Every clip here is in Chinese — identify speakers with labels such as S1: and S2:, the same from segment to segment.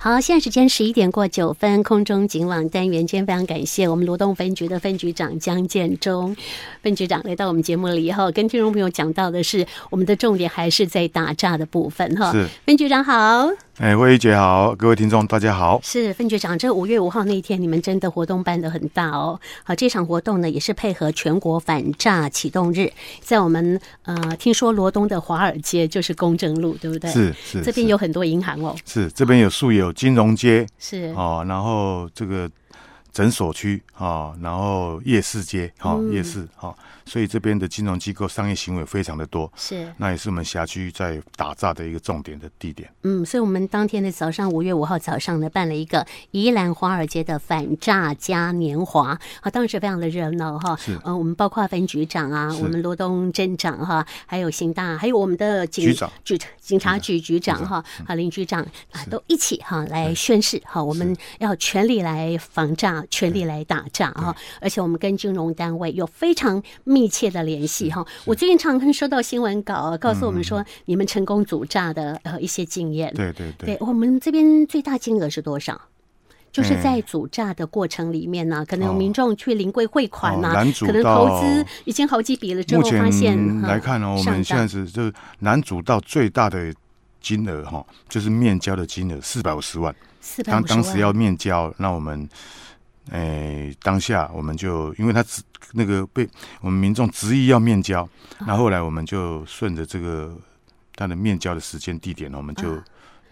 S1: 好，现在时间十一点过九分，空中警网单元，今天非常感谢我们罗东分局的分局长江建忠分局长来到我们节目了以后，跟听众朋友讲到的是，我们的重点还是在打诈的部分哈。
S2: 是，
S1: 分局长好，
S2: 哎，慧玉姐好，各位听众大家好。
S1: 是分局长，这五月五号那一天，你们真的活动办得很大哦。好，这场活动呢也是配合全国反诈启动日，在我们呃，听说罗东的华尔街就是公正路，对不对？，
S2: 是是，
S1: 这边有很多银行哦，
S2: 是是这边有树有金融街
S1: 是
S2: 哦，然后这个诊所区啊、哦，然后夜市街哈、哦
S1: 嗯
S2: 夜市哈、哦，所以这边的金融机构商业行为非常的多，
S1: 是。
S2: 那也是我们辖区在打诈的一个重点的地点。
S1: 嗯，所以我们当天的早上，五月五号早上呢，办了一个宜兰华尔街的反诈嘉年华，啊，当时非常的热闹哈。
S2: 是
S1: 呃，我们包括分局长啊，
S2: 是
S1: 我们罗东镇长哈，还有刑大，还有我们的警
S2: 局长、
S1: 局警察局局长哈，
S2: 嗯
S1: 啊，林局长啊，都一起哈来宣誓哈，我们要全力来防诈，全力来打诈哈。而且我们跟金融单位有非常密切的联系哈。我最近常常收到新闻稿啊，告诉我们说你们成功阻诈的呃一些经验。
S2: 嗯对对对，
S1: 对，我们这边最大金额是多少？就是
S2: 哎
S1: 在阻诈的过程里面呢，可能有
S2: 哦
S1: 民众去临柜汇款呐、
S2: 哦男主
S1: 可能投
S2: 到
S1: 资已经好几笔了之
S2: 目
S1: 后，发现
S2: 前
S1: 哈
S2: 来看哦呢、我
S1: 上
S2: 们现
S1: 当
S2: 在是就是男主到最大的金额哈、就是面交的金额四百五十万。
S1: 四百
S2: 当
S1: 五十
S2: 当时要
S1: 万，
S2: 面交，那我们，诶、当下我们就因为他执那个被我们民众执意要面交，
S1: 啊
S2: 那后来我们就顺着这个他的面交的时间地点，我们就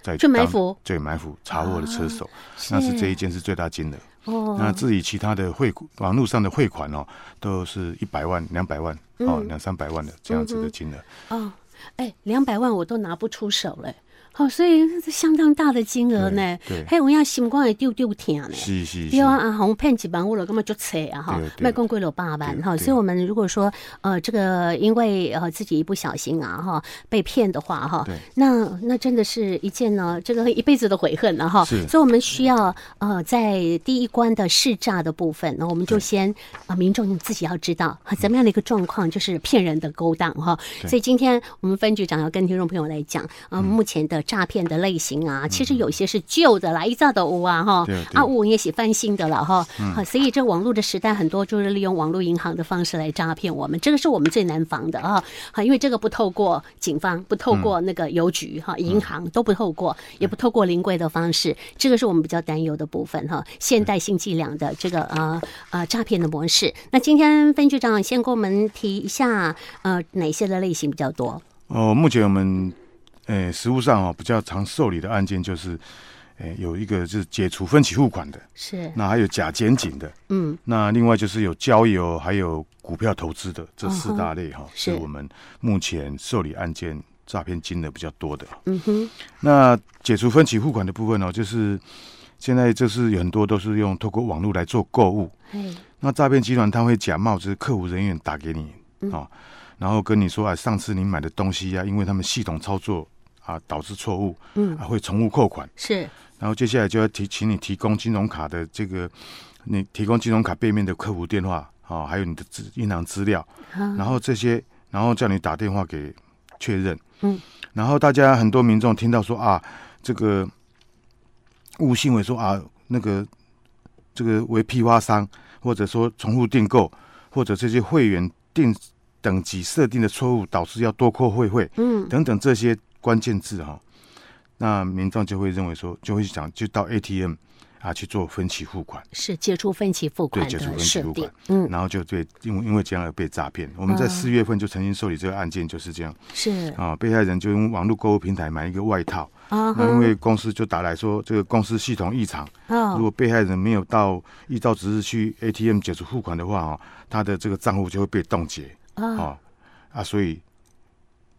S2: 在
S1: 啊去埋
S2: 当
S1: 伏，啊
S2: 对埋伏查获了车手，
S1: 是
S2: 那是这一件是最大金额。
S1: 哦，
S2: 那至于其他的汇网络上的汇款哦，都是一百万、两百万哦、
S1: 嗯
S2: 两三百万的这样子的金额。
S1: 哦，哎，两百万我都拿不出手嘞，好、所以这相当大的金额呢
S2: 对，对
S1: 还有要心肝也丢丢疼呢。
S2: 是是
S1: 对
S2: 是，
S1: 啊，啊，红骗几万我了，根本就扯啊哈
S2: 对，对
S1: 卖公贵了八万
S2: 对
S1: 哈，
S2: 对
S1: 所以我们如果说呃这个因为呃自己一不小心啊哈被骗的话哈
S2: 对，
S1: 那那真的是一件呢这个一辈子的悔恨了哈，所以
S2: 是
S1: 我们需要呃在第一关的试诈的部分，那我们就先啊民众自己要知道啊怎么样的一个状况就是骗人的勾当哈，
S2: 对嗯
S1: 所以今天我们分局长要跟听众朋友来讲啊目前的诈骗的类型啊，其实有些是旧的啦，一兆的有啊哈
S2: 对，对嗯
S1: 啊我也写翻新的了哈。好，所以这网络的时代，很多就是利用网络银行的方式来诈骗我们，这个是我们最难防的啊。好，因为这个不透过警方，不透
S2: 嗯
S1: 过那个邮局哈，银行都不透过，也不透过临柜的方式，这个是我们比较担忧的部分哈。
S2: 嗯
S1: 现代性伎俩的这个呃呃诈骗的模式，那今天分局长先给我们提一下呃哪些的类型比较多？
S2: 哦，目前我们诶、呃实务上哦比较常受理的案件就是，诶、有一个就是解除分期付款的，
S1: 是
S2: 那还有假检警的，
S1: 嗯，
S2: 那另外就是有交友还有股票投资的这四大类哈、
S1: 哦是
S2: 是我们目前受理案件诈骗金额比较多的。
S1: 嗯哼，
S2: 那解除分期付款的部分哦，就是现在就是有很多都是用透过网络来做购物，
S1: 哎，
S2: 那诈骗集团他会假冒就是客服人员打给你哦，然后跟你说啊，上次你买的东西呀、啊因为他们系统操作啊导致错误，
S1: 嗯
S2: 啊会重复扣款，
S1: 是
S2: 然后接下来就要提请你提供金融卡的这个，你提供金融卡背面的客服电话啊、哦，还有你的资银行资料，
S1: 啊，
S2: 然后这些，然后叫你打电话给确认，
S1: 嗯，
S2: 然后大家很多民众听到说啊，这个误信为说啊，那个这个为批发商，或者说重复订购，或者这些会员定等级设定的错误，导致要多扣会费
S1: 嗯，
S2: 等等这些关键字哦哈、那民众就会认为说，就会想就到 ATM 啊去做分期付款。
S1: 是解除分期付
S2: 对
S1: 款
S2: 解除
S1: 的
S2: 分期
S1: 设
S2: 付
S1: 定
S2: 款，
S1: 嗯，
S2: 然后就对，因为因为这样而被诈骗。我们在
S1: 嗯
S2: 四月份就曾经受理这个案件，就是这样
S1: 是
S2: 啊。被害人就用网络购物平台买一个外套，
S1: 啊
S2: 那因
S1: 哈，
S2: 为公司就打来说这个公司系统异常，如
S1: 哦，
S2: 果被害人没有到依照指示去 ATM 解除付款的话哦，他的这个账户就会被冻结
S1: 啊，
S2: 啊啊，所以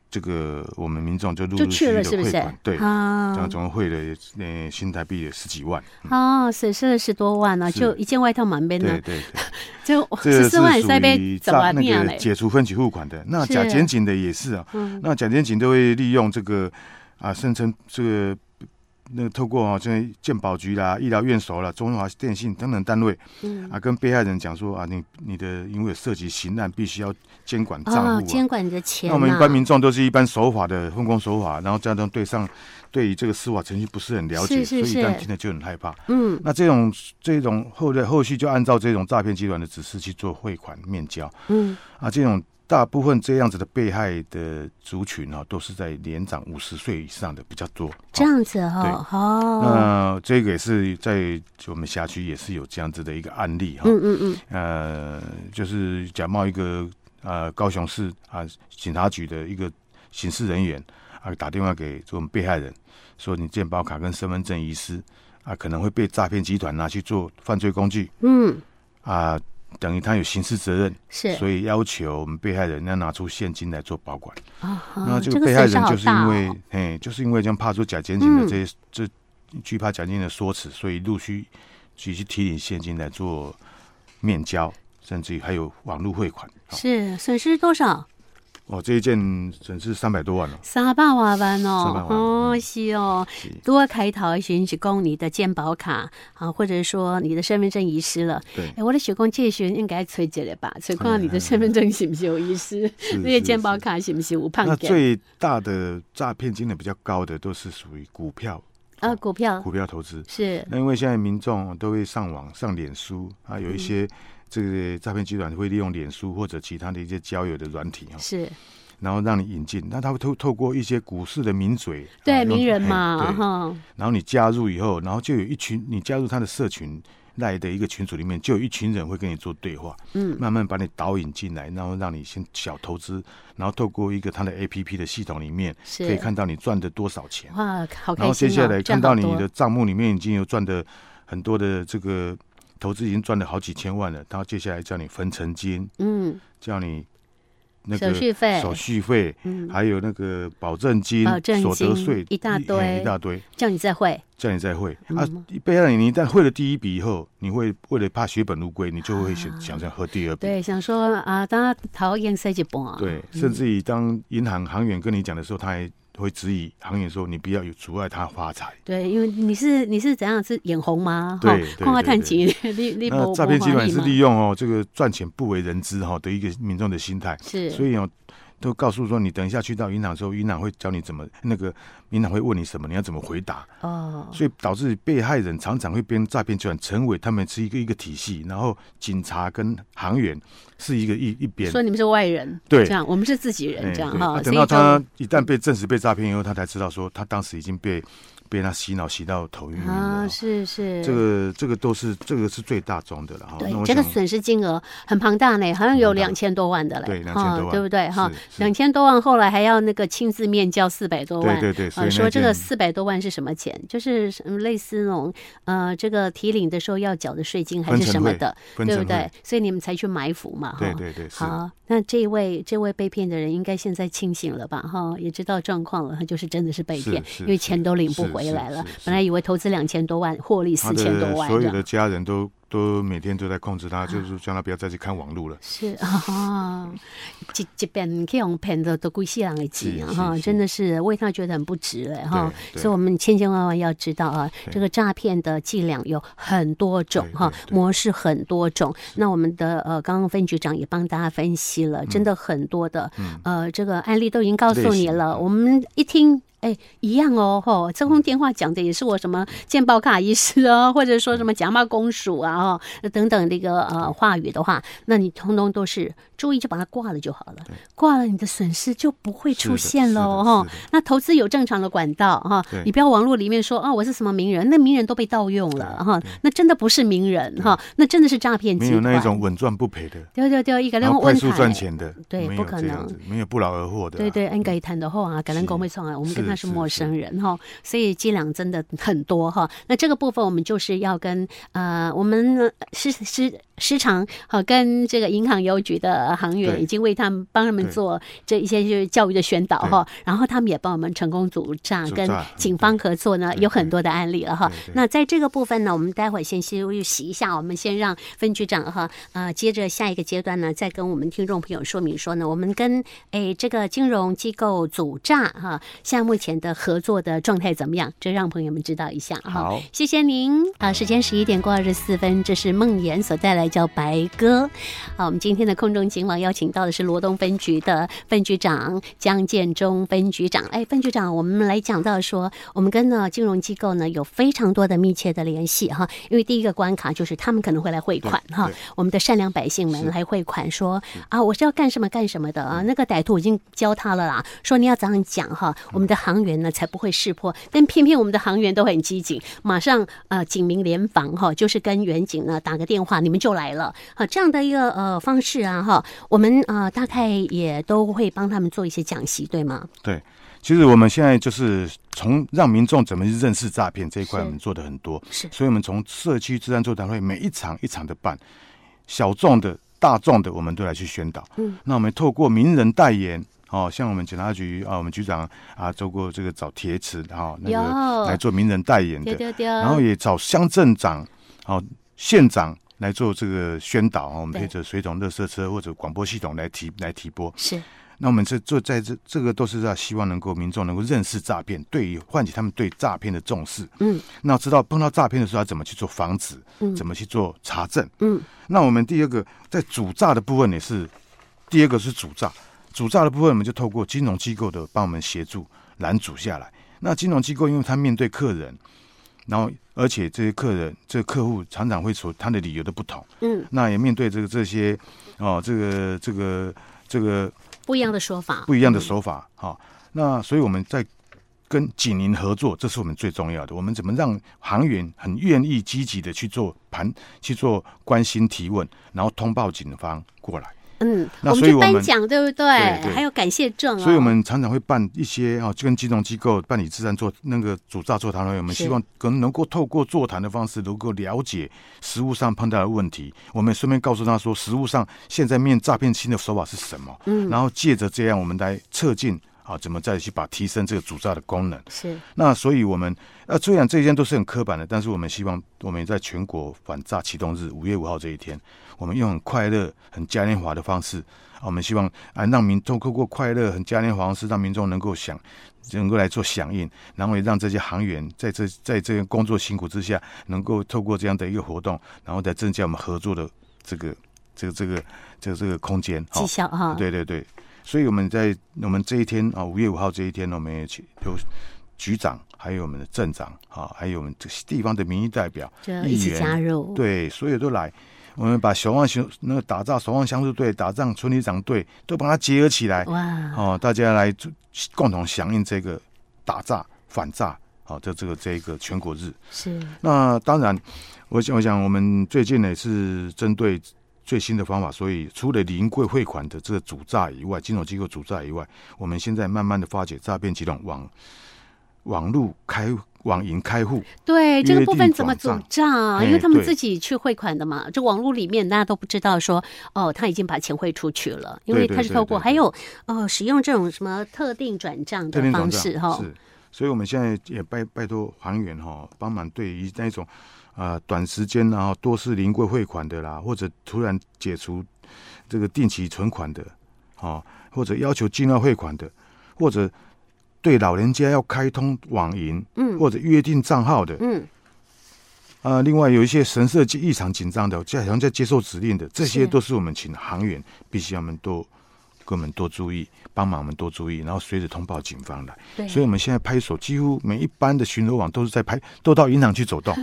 S2: 这个我们民众就陆
S1: 就
S2: 陆续
S1: 去了
S2: 续
S1: 是
S2: 的
S1: 不
S2: 汇
S1: 是
S2: 款，？对，这样
S1: 啊。
S2: 总共汇了呃新台币有十几万，
S1: 哦，损失了十多万呢，
S2: 是
S1: 就一件外套满边
S2: 对
S1: 呢，
S2: 对对。
S1: 就
S2: 这
S1: 十
S2: 个
S1: 四万
S2: 是
S1: 也
S2: 属
S1: 塞被
S2: 于
S1: 怎么哦
S2: 诈那
S1: 样
S2: 个
S1: 嘞？
S2: 解除分期付款的。那
S1: 是嗯
S2: 假检警的也是啊，那假检警都会利用这个啊，声称这个那透过啊，现在健保局啦、医疗院所啦、中华电信等等单位
S1: 嗯，
S2: 啊，跟被害人讲说啊，你你的因为有涉及刑案，必须要监管账户、啊
S1: 哦，监管你的钱啊呐、
S2: 那我们一般民众都是一般守法的奉公守法，然后加上对上对于这个司法程序不是很了解，
S1: 是是
S2: 所以一旦
S1: 是
S2: 听了就很害怕。
S1: 嗯，
S2: 那这种这种后来后续就按照这种诈骗集团的指示去做汇款面交
S1: 嗯
S2: 啊，这种大部分这样子的被害的族群啊，都是在年长五十岁以上的比较多。
S1: 这样子哦，哦，
S2: 那这个也是在我们辖区也是有这样子的一个案例哈、哦
S1: 嗯嗯嗯，
S2: 呃，就是假冒一个呃高雄市啊、警察局的一个刑事人员啊，打电话给这种被害人，说你健保卡跟身份证遗失啊，可能会被诈骗集团拿去做犯罪工具
S1: 嗯，
S2: 啊，等于他有刑事责任，
S1: 是
S2: 所以要求我们被害人要拿出现金来做保管。
S1: 啊，
S2: 那
S1: 哈
S2: 这
S1: 这
S2: 个被害
S1: 损失
S2: 人
S1: 好
S2: 就是
S1: 大
S2: 因
S1: 哦
S2: 为，哎，就是因为这样怕出假监警的
S1: 嗯
S2: 这些，这惧怕假监警的说辞，所以陆续去去提领现金来做面交，甚至于还有网络汇款。哦
S1: 是损失多少？
S2: 哦，这一件损失三百多万了、哦
S1: 三百瓦万
S2: 三百
S1: 哦
S2: 万，
S1: 哦是哦，多开头寻只供你的健保卡啊，或者说你的身份证遗失了。
S2: 对
S1: 哎，我的雪工借询应该催一了吧？催看看你的身份证是不是有遗失，
S2: 哎 是
S1: 那个
S2: 是
S1: 健保
S2: 是
S1: 卡是不是有
S2: 那
S1: 胖给？
S2: 最大的诈骗金额比较高的都是属于股票，
S1: 啊，股票
S2: 股票投资。
S1: 是
S2: 那因为现在民众都会上网、上脸书啊，
S1: 嗯
S2: 有一些这个诈骗集团会利用脸书或者其他的一些交友的软体哦，
S1: 是，
S2: 然后让你引进，那他会透透过一些股市的名嘴，啊
S1: 对
S2: 用
S1: 名人
S2: 嘿
S1: 嘛，啊
S2: 对，
S1: 哈，
S2: 然后你加入以后，然后就有一群，你加入他的社群赖的一个群组里面，就有一群人会跟你做对话，
S1: 嗯，
S2: 慢慢把你导引进来，然后让你先小投资，然后透过一个他的 A P P 的系统里面，
S1: 是
S2: 可以看到你赚的多少钱，
S1: 哇，好
S2: 然
S1: 开
S2: 后
S1: 心
S2: 接下来
S1: 哦，
S2: 看
S1: 赚
S2: 到
S1: 好
S2: 你
S1: 多
S2: 的，账目里面已经有赚的很多的这个投资已经赚了好几千万了，然后接下来叫你分成金，
S1: 嗯，
S2: 叫你那个
S1: 手续费，
S2: 手续费，
S1: 嗯，
S2: 还有那个保证金、
S1: 保证金
S2: 所得税
S1: 一大堆
S2: 嘿一大堆，
S1: 叫你再汇，
S2: 叫你再汇、
S1: 嗯
S2: 啊！被害人你一旦汇了第一笔以后，你会为了怕血本无归，你就会想、想要喝第二笔。
S1: 啊对，嗯想说啊，当头应塞一半，啊
S2: 对甚至于当银行行员跟你讲的时候，他还会质疑行员说：“你不要有阻碍他发财。
S1: 对，因为你是你是怎样是眼红吗？
S2: 对
S1: 哈
S2: 对
S1: 看看
S2: 对
S1: 探
S2: 对
S1: 亲，你”你
S2: 那
S1: 不
S2: 诈骗集团是利
S1: 用
S2: 用哦这个赚钱不为人知哈、哦、的一个民众的心态，
S1: 是，
S2: 所以哦都告诉说你等一下去到银行之后，银行会教你怎么那个银行会问你什么，你要怎么回答。
S1: 哦，
S2: 所以导致被害人常常会被诈骗集团成为他们是一个一个体系，然后警察跟航员是一个一一边。
S1: 说你们是外人，
S2: 对
S1: 这样我们是自己
S2: 哎
S1: 人，这样
S2: 对
S1: 哈，
S2: 啊
S1: 所
S2: 等
S1: 以
S2: 到他
S1: 就
S2: 一旦被证实被诈骗以后，他才知道说他当时已经被被他洗脑洗到头晕晕
S1: 啊，
S2: 了。
S1: 是是
S2: 嗯这。个这个都是这个是最大宗的了哈。
S1: 对
S2: 哦那，我
S1: 这个
S2: 想
S1: 损失金额很庞大呢，好像有
S2: 很庞
S1: 两
S2: 大
S1: 千多万的嘞，
S2: 对2000
S1: 哈
S2: 多万
S1: 对不对哈？
S2: 是
S1: 两千多万，后来还要那个亲自面交四百多万，
S2: 对对对，所以
S1: 呃，
S2: 那
S1: 说这个
S2: 件
S1: 四百多万是什么钱？就是嗯类似那种呃，这个提领的时候要缴的税金还
S2: 分
S1: 是
S2: 成
S1: 什么
S2: 会
S1: 的，
S2: 分
S1: 对不
S2: 成
S1: 对
S2: 会？
S1: 所以你们才去埋伏嘛，哈。
S2: 对对对是。
S1: 好，那这位这位被骗的人应该现在清醒了吧？哈，也知道状况了，他就是真的是被
S2: 是
S1: 骗，
S2: 是
S1: 因为
S2: 是
S1: 钱都领不
S2: 是
S1: 回
S2: 是
S1: 来了
S2: 是。是
S1: 本来以为投资两千多万，获利
S2: 他
S1: 四千多
S2: 的
S1: 万
S2: 所
S1: 这
S2: 有
S1: 样，
S2: 的家人都都每天都在控制他，就是叫他不要再去看网络了。
S1: 是 啊，一一遍去用骗的都归西人的钱啊，
S2: 是是
S1: 哈，
S2: 是
S1: 真的是为他觉得很不值嘞哈。
S2: 对对
S1: 所以我们千千万万要知道啊，
S2: 对
S1: 这个诈骗的伎俩有很多种
S2: 对
S1: 哈，
S2: 对对
S1: 模式很多种。那我们的呃，刚刚分局长也帮大家分析了，真的很多的、呃这个案例都已经告诉
S2: 嗯类
S1: 你
S2: 型
S1: 了，
S2: 嗯
S1: 我们一听。哎，一样哦，吼！这通电话讲的也是我什
S2: 嗯
S1: 么健保卡医师哦，或者说什么假冒公署啊，哦，等等这个呃话语的话，那你通通都是注意就把它挂了就好了，挂了你的损失就不会
S2: 是
S1: 出
S2: 的
S1: 现哦
S2: 是的
S1: 喽，哈
S2: 是的。
S1: 那投资有正常的管道哈
S2: 对，
S1: 你不要网络里面说啊我是什么名人，那名人都被盗用了哈，那真的不是名人哈，那真的是诈骗集
S2: 没
S1: 团。
S2: 有那一种稳赚不赔的，
S1: 对对对，一个
S2: 然
S1: 人哎
S2: 后快速
S1: 温台
S2: 赚钱的，
S1: 对
S2: 没
S1: 不
S2: 有
S1: 可
S2: 这样
S1: 能
S2: 子，没有不劳而获的啊、
S1: 对对，应该谈的后啊，感恩
S2: 是
S1: 公会创啊，我们跟他是
S2: 是是
S1: 陌
S2: 是
S1: 生人哈，所以伎俩真的很多哈。那这个部分我们就是要跟呃，我们呃是是时常好、跟这个银行邮局的行员
S2: 对
S1: 已经为他们帮他们
S2: 对
S1: 做这一些就是教育的宣导
S2: 对
S1: 哈，然后他们也帮我们成功组长
S2: 组啊嗯
S1: 跟
S2: 长
S1: 警方合作呢，
S2: 对
S1: 有很多的案例了哈
S2: 对。对
S1: 那在这个部分呢，我们待会儿先休息一下，我们先让分局长哈呃，接着下一个阶段呢，再跟我们听众朋友说明说呢，我们跟诶这个金融机构组诈哈、现在目前的合作的状态怎么样？这让朋友们知道一下哈。
S2: 好
S1: 谢谢您啊！时间十一点过二十四分，这是梦妍所带来叫《白鸽》。好，我们今天的空中警网邀请到的是罗东分局的分局长江建忠分局长。哎，分局长，我们来讲到说，我们跟呢金融机构呢有非常多的密切的联系哈，因为第一个关卡就是他们可能会来汇款
S2: 对
S1: 哈
S2: 对，
S1: 我们的善良百姓们来汇款说啊，我是要干什么干什么的
S2: 嗯
S1: 啊，那个歹徒已经教他了啦，说你要这样讲哈，
S2: 嗯
S1: 我们的航员呢才不会识破，但偏偏我们的航员都很机警，马上呃警民联防哈，就是跟远警呢打个电话，你们就来了啊，这样的一个呃方式啊哈，我们呃大概也都会帮他们做一些讲习，对吗？
S2: 其实我们现在就是从让民众怎么去认识诈骗这一块，
S1: 是
S2: 我们做的很多，
S1: 是
S2: 所以我们从社区治安座谈会每一场一场的办，小众的、大众的，我们都来去宣导。
S1: 嗯，
S2: 那我们透过名人代言，哦，像我们警察局啊，我们局长啊，做过这个找铁齿啊，那个来
S1: 有
S2: 做名人代言
S1: 对
S2: 的，
S1: 对对，
S2: 然后也找乡镇长、哦县长来做这个宣导啊，我们
S1: 对
S2: 配着水桶、热车车或者广播系统来提来提播。
S1: 是
S2: 那我们这做在这这个都是要希望能够民众能够认识诈骗，对于唤起他们对诈骗的重视。
S1: 嗯，
S2: 那知道碰到诈骗的时候要怎么去做防止，
S1: 嗯
S2: 怎么去做查证。
S1: 嗯，
S2: 那我们第二个在主诈的部分也是，第二个是主诈，主诈的部分我们就透过金融机构的帮我们协助拦阻下来。那金融机构因为他面对客人，然后而且这些客人这个客户常常会说他的理由都不同，
S1: 嗯，
S2: 那也面对这个这些哦这个这个这个
S1: 不一样的说法，
S2: 不一样的手法哈、那所以我们在跟警营合作，这是我们最重要的。我们怎么让航员很愿意积极的去做盘、去做关心提问，然后通报警方过来。
S1: 嗯，
S2: 那
S1: 我们
S2: 所以
S1: 就
S2: 我
S1: 颁
S2: 们
S1: 奖，对不对？
S2: 对对
S1: 还有感谢状、哦，
S2: 所以我们常常会办一些啊，就跟金融机构办理自然座那个主诈座谈会，我们
S1: 是
S2: 希望可能能够透过座谈的方式，能够了解实务上碰到的问题，我们也顺便告诉他说，实务上现在面诈骗新的手法是什么，嗯，然后借着这样，我们来测进。啊，怎么再去把提升这个主诈的功能？
S1: 是
S2: 那所以我们呃，虽然这些都是很刻板的，但是我们希望我们也在全国反诈启动日五月五号这一天，我们用很快乐、很嘉年华的方式，啊，我们希望啊，让民众透过快乐、很嘉年华的方式，让民众能够想，能够来做响应，然后也让这些航员在这在这个工作辛苦之下，能够透过这样的一个活动，然后再增加我们合作的这个这个这个这个这个空间。啊好
S1: 绩。效哈、
S2: 对对对，所以我们在我们这一天啊，五月五号这一天呢，我们也请有局长，还有我们的镇长啊，还有我们这地方的民意代表，
S1: 就一起
S2: 议员
S1: 加入，
S2: 对，所有都来。我们把守望相那个打造守望相助队、打仗村里长队都把它结合起来，
S1: 哇，
S2: 哦，大家来做共同响应这个打诈反诈，好、这这个这一个全国日。
S1: 是
S2: 那当然，我想我想我们最近呢是针对最新的方法，所以除了临柜汇款的这个主诈以外，金融机构主诈以外，我们现在慢慢的发掘诈骗集团网网路开网银开户，
S1: 对这个部分
S2: 定
S1: 怎么
S2: 转
S1: 组
S2: 账
S1: 账啊？
S2: 哎
S1: 因为他们
S2: 对
S1: 自己去汇款的嘛，这网络里面大家都不知道说哦，他已经把钱汇出去了，因为
S2: 对对
S1: 他是透过
S2: 对对
S1: 还有呃使用这种什么特定转账
S2: 特
S1: 的
S2: 定
S1: 方
S2: 转
S1: 式
S2: 账
S1: 哈，
S2: 是，所以我们现在也拜拜托行员哈、帮忙对于那种啊、呃短时间然后多次临柜汇款的啦，或者突然解除这个定期存款的，哦，或者要求境外汇款的，或者对老人家要开通网银，
S1: 嗯
S2: 或者约定账号的，
S1: 嗯，
S2: 啊，另外有一些神色异常紧张的，就好像在接受指令的，这些
S1: 是
S2: 都是我们请航员必须要我们多给我们多注意，帮忙我们多注意，然后随时通报警方来。
S1: 对，
S2: 所以我们现在派出所几乎每一班的巡逻网都是在派，都到银行 去走动。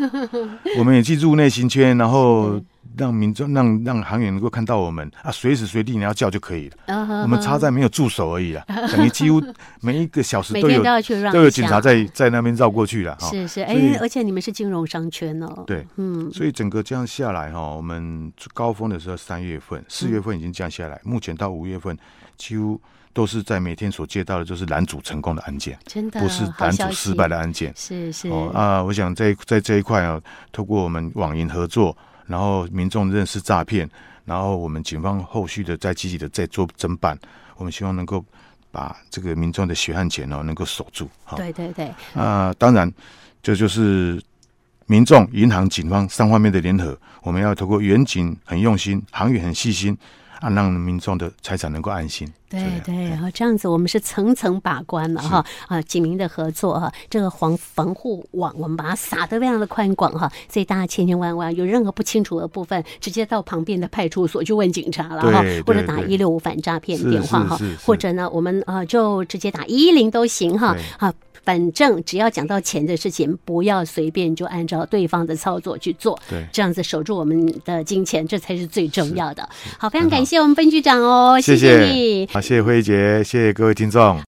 S2: 我们也去入内行圈，然后让民众、让让行员能够看到我们啊，随时随地你要叫就可以了。
S1: 我
S2: 我们差在没有驻守而已啦，啊等于几乎每一个小时
S1: 每
S2: 都
S1: 天
S2: 有
S1: 都要去让
S2: 都有警察
S1: 一下
S2: 在在那边绕过去了哈。
S1: 是是，
S2: 所以
S1: 哎，而且你们是金融商圈哦，
S2: 对，
S1: 嗯，
S2: 所以整个这样下来哈，我们高峰的时候三月份、四月份已经降下
S1: 嗯
S2: 来，目前到五月份几乎都是在每天所接到的就是拦阻成功的案件，
S1: 真的
S2: 不是
S1: 啊好
S2: 拦
S1: 消
S2: 阻失败
S1: 息，
S2: 的案件。哦
S1: 是是
S2: 哦啊，我想在在这一块啊，透过我们网银合作，然后民众认识诈骗，然后我们警方后续的再积极的再做侦办，我们希望能够把这个民众的血汗钱哦能够守住。好，
S1: 对对对，
S2: 那、啊当然这就是民众、银行、警方三方面的联合，我们要透过远警很用心，行员很细心啊，让民众的财产能够安心。这
S1: 对
S2: 样
S1: 对，然后这样子我们是层层把关了哈啊，警民的合作哈，这个防防护网我们把它撒得非常的宽广哈，所以大家千千万万有任何不清楚的部分，直接到旁边的派出所去问警察了哈
S2: 对，
S1: 或者
S2: 对
S1: 打
S2: 对
S1: 一六五反诈骗
S2: 是
S1: 电话哈
S2: 是是，是
S1: 或者呢我们啊就直接打一一零都行哈
S2: 对
S1: 啊。反正只要讲到钱的事情，不要随便就按照对方的操作去做，
S2: 对
S1: 这样子守住我们的金钱，这才是最重 要的。好，非常感谢我们分局长哦，
S2: 谢
S1: 谢你。
S2: 好，谢谢慧姐，谢谢各位听众。